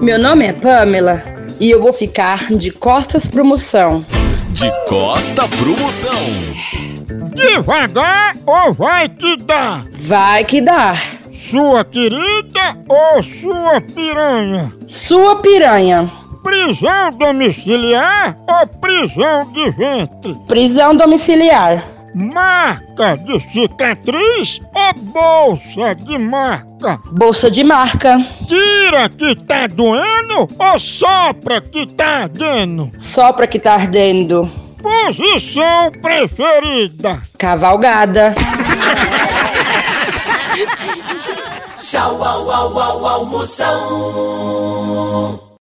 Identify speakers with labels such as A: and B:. A: Meu nome é Pamela e eu vou ficar de costas pro moção.
B: De costa pro moção.
C: Devagar ou vai que dá?
A: Vai que dá.
C: Sua querida ou sua piranha?
A: Sua piranha.
C: Prisão domiciliar ou prisão de ventre?
A: Prisão domiciliar.
C: Marca de cicatriz ou bolsa de marca?
A: Bolsa de marca.
C: Tira que tá doendo ou sopra que tá ardendo?
A: Sopra que tá ardendo.
C: Posição preferida.
A: Cavalgada.
D: Tchau, au, au, au, almoção.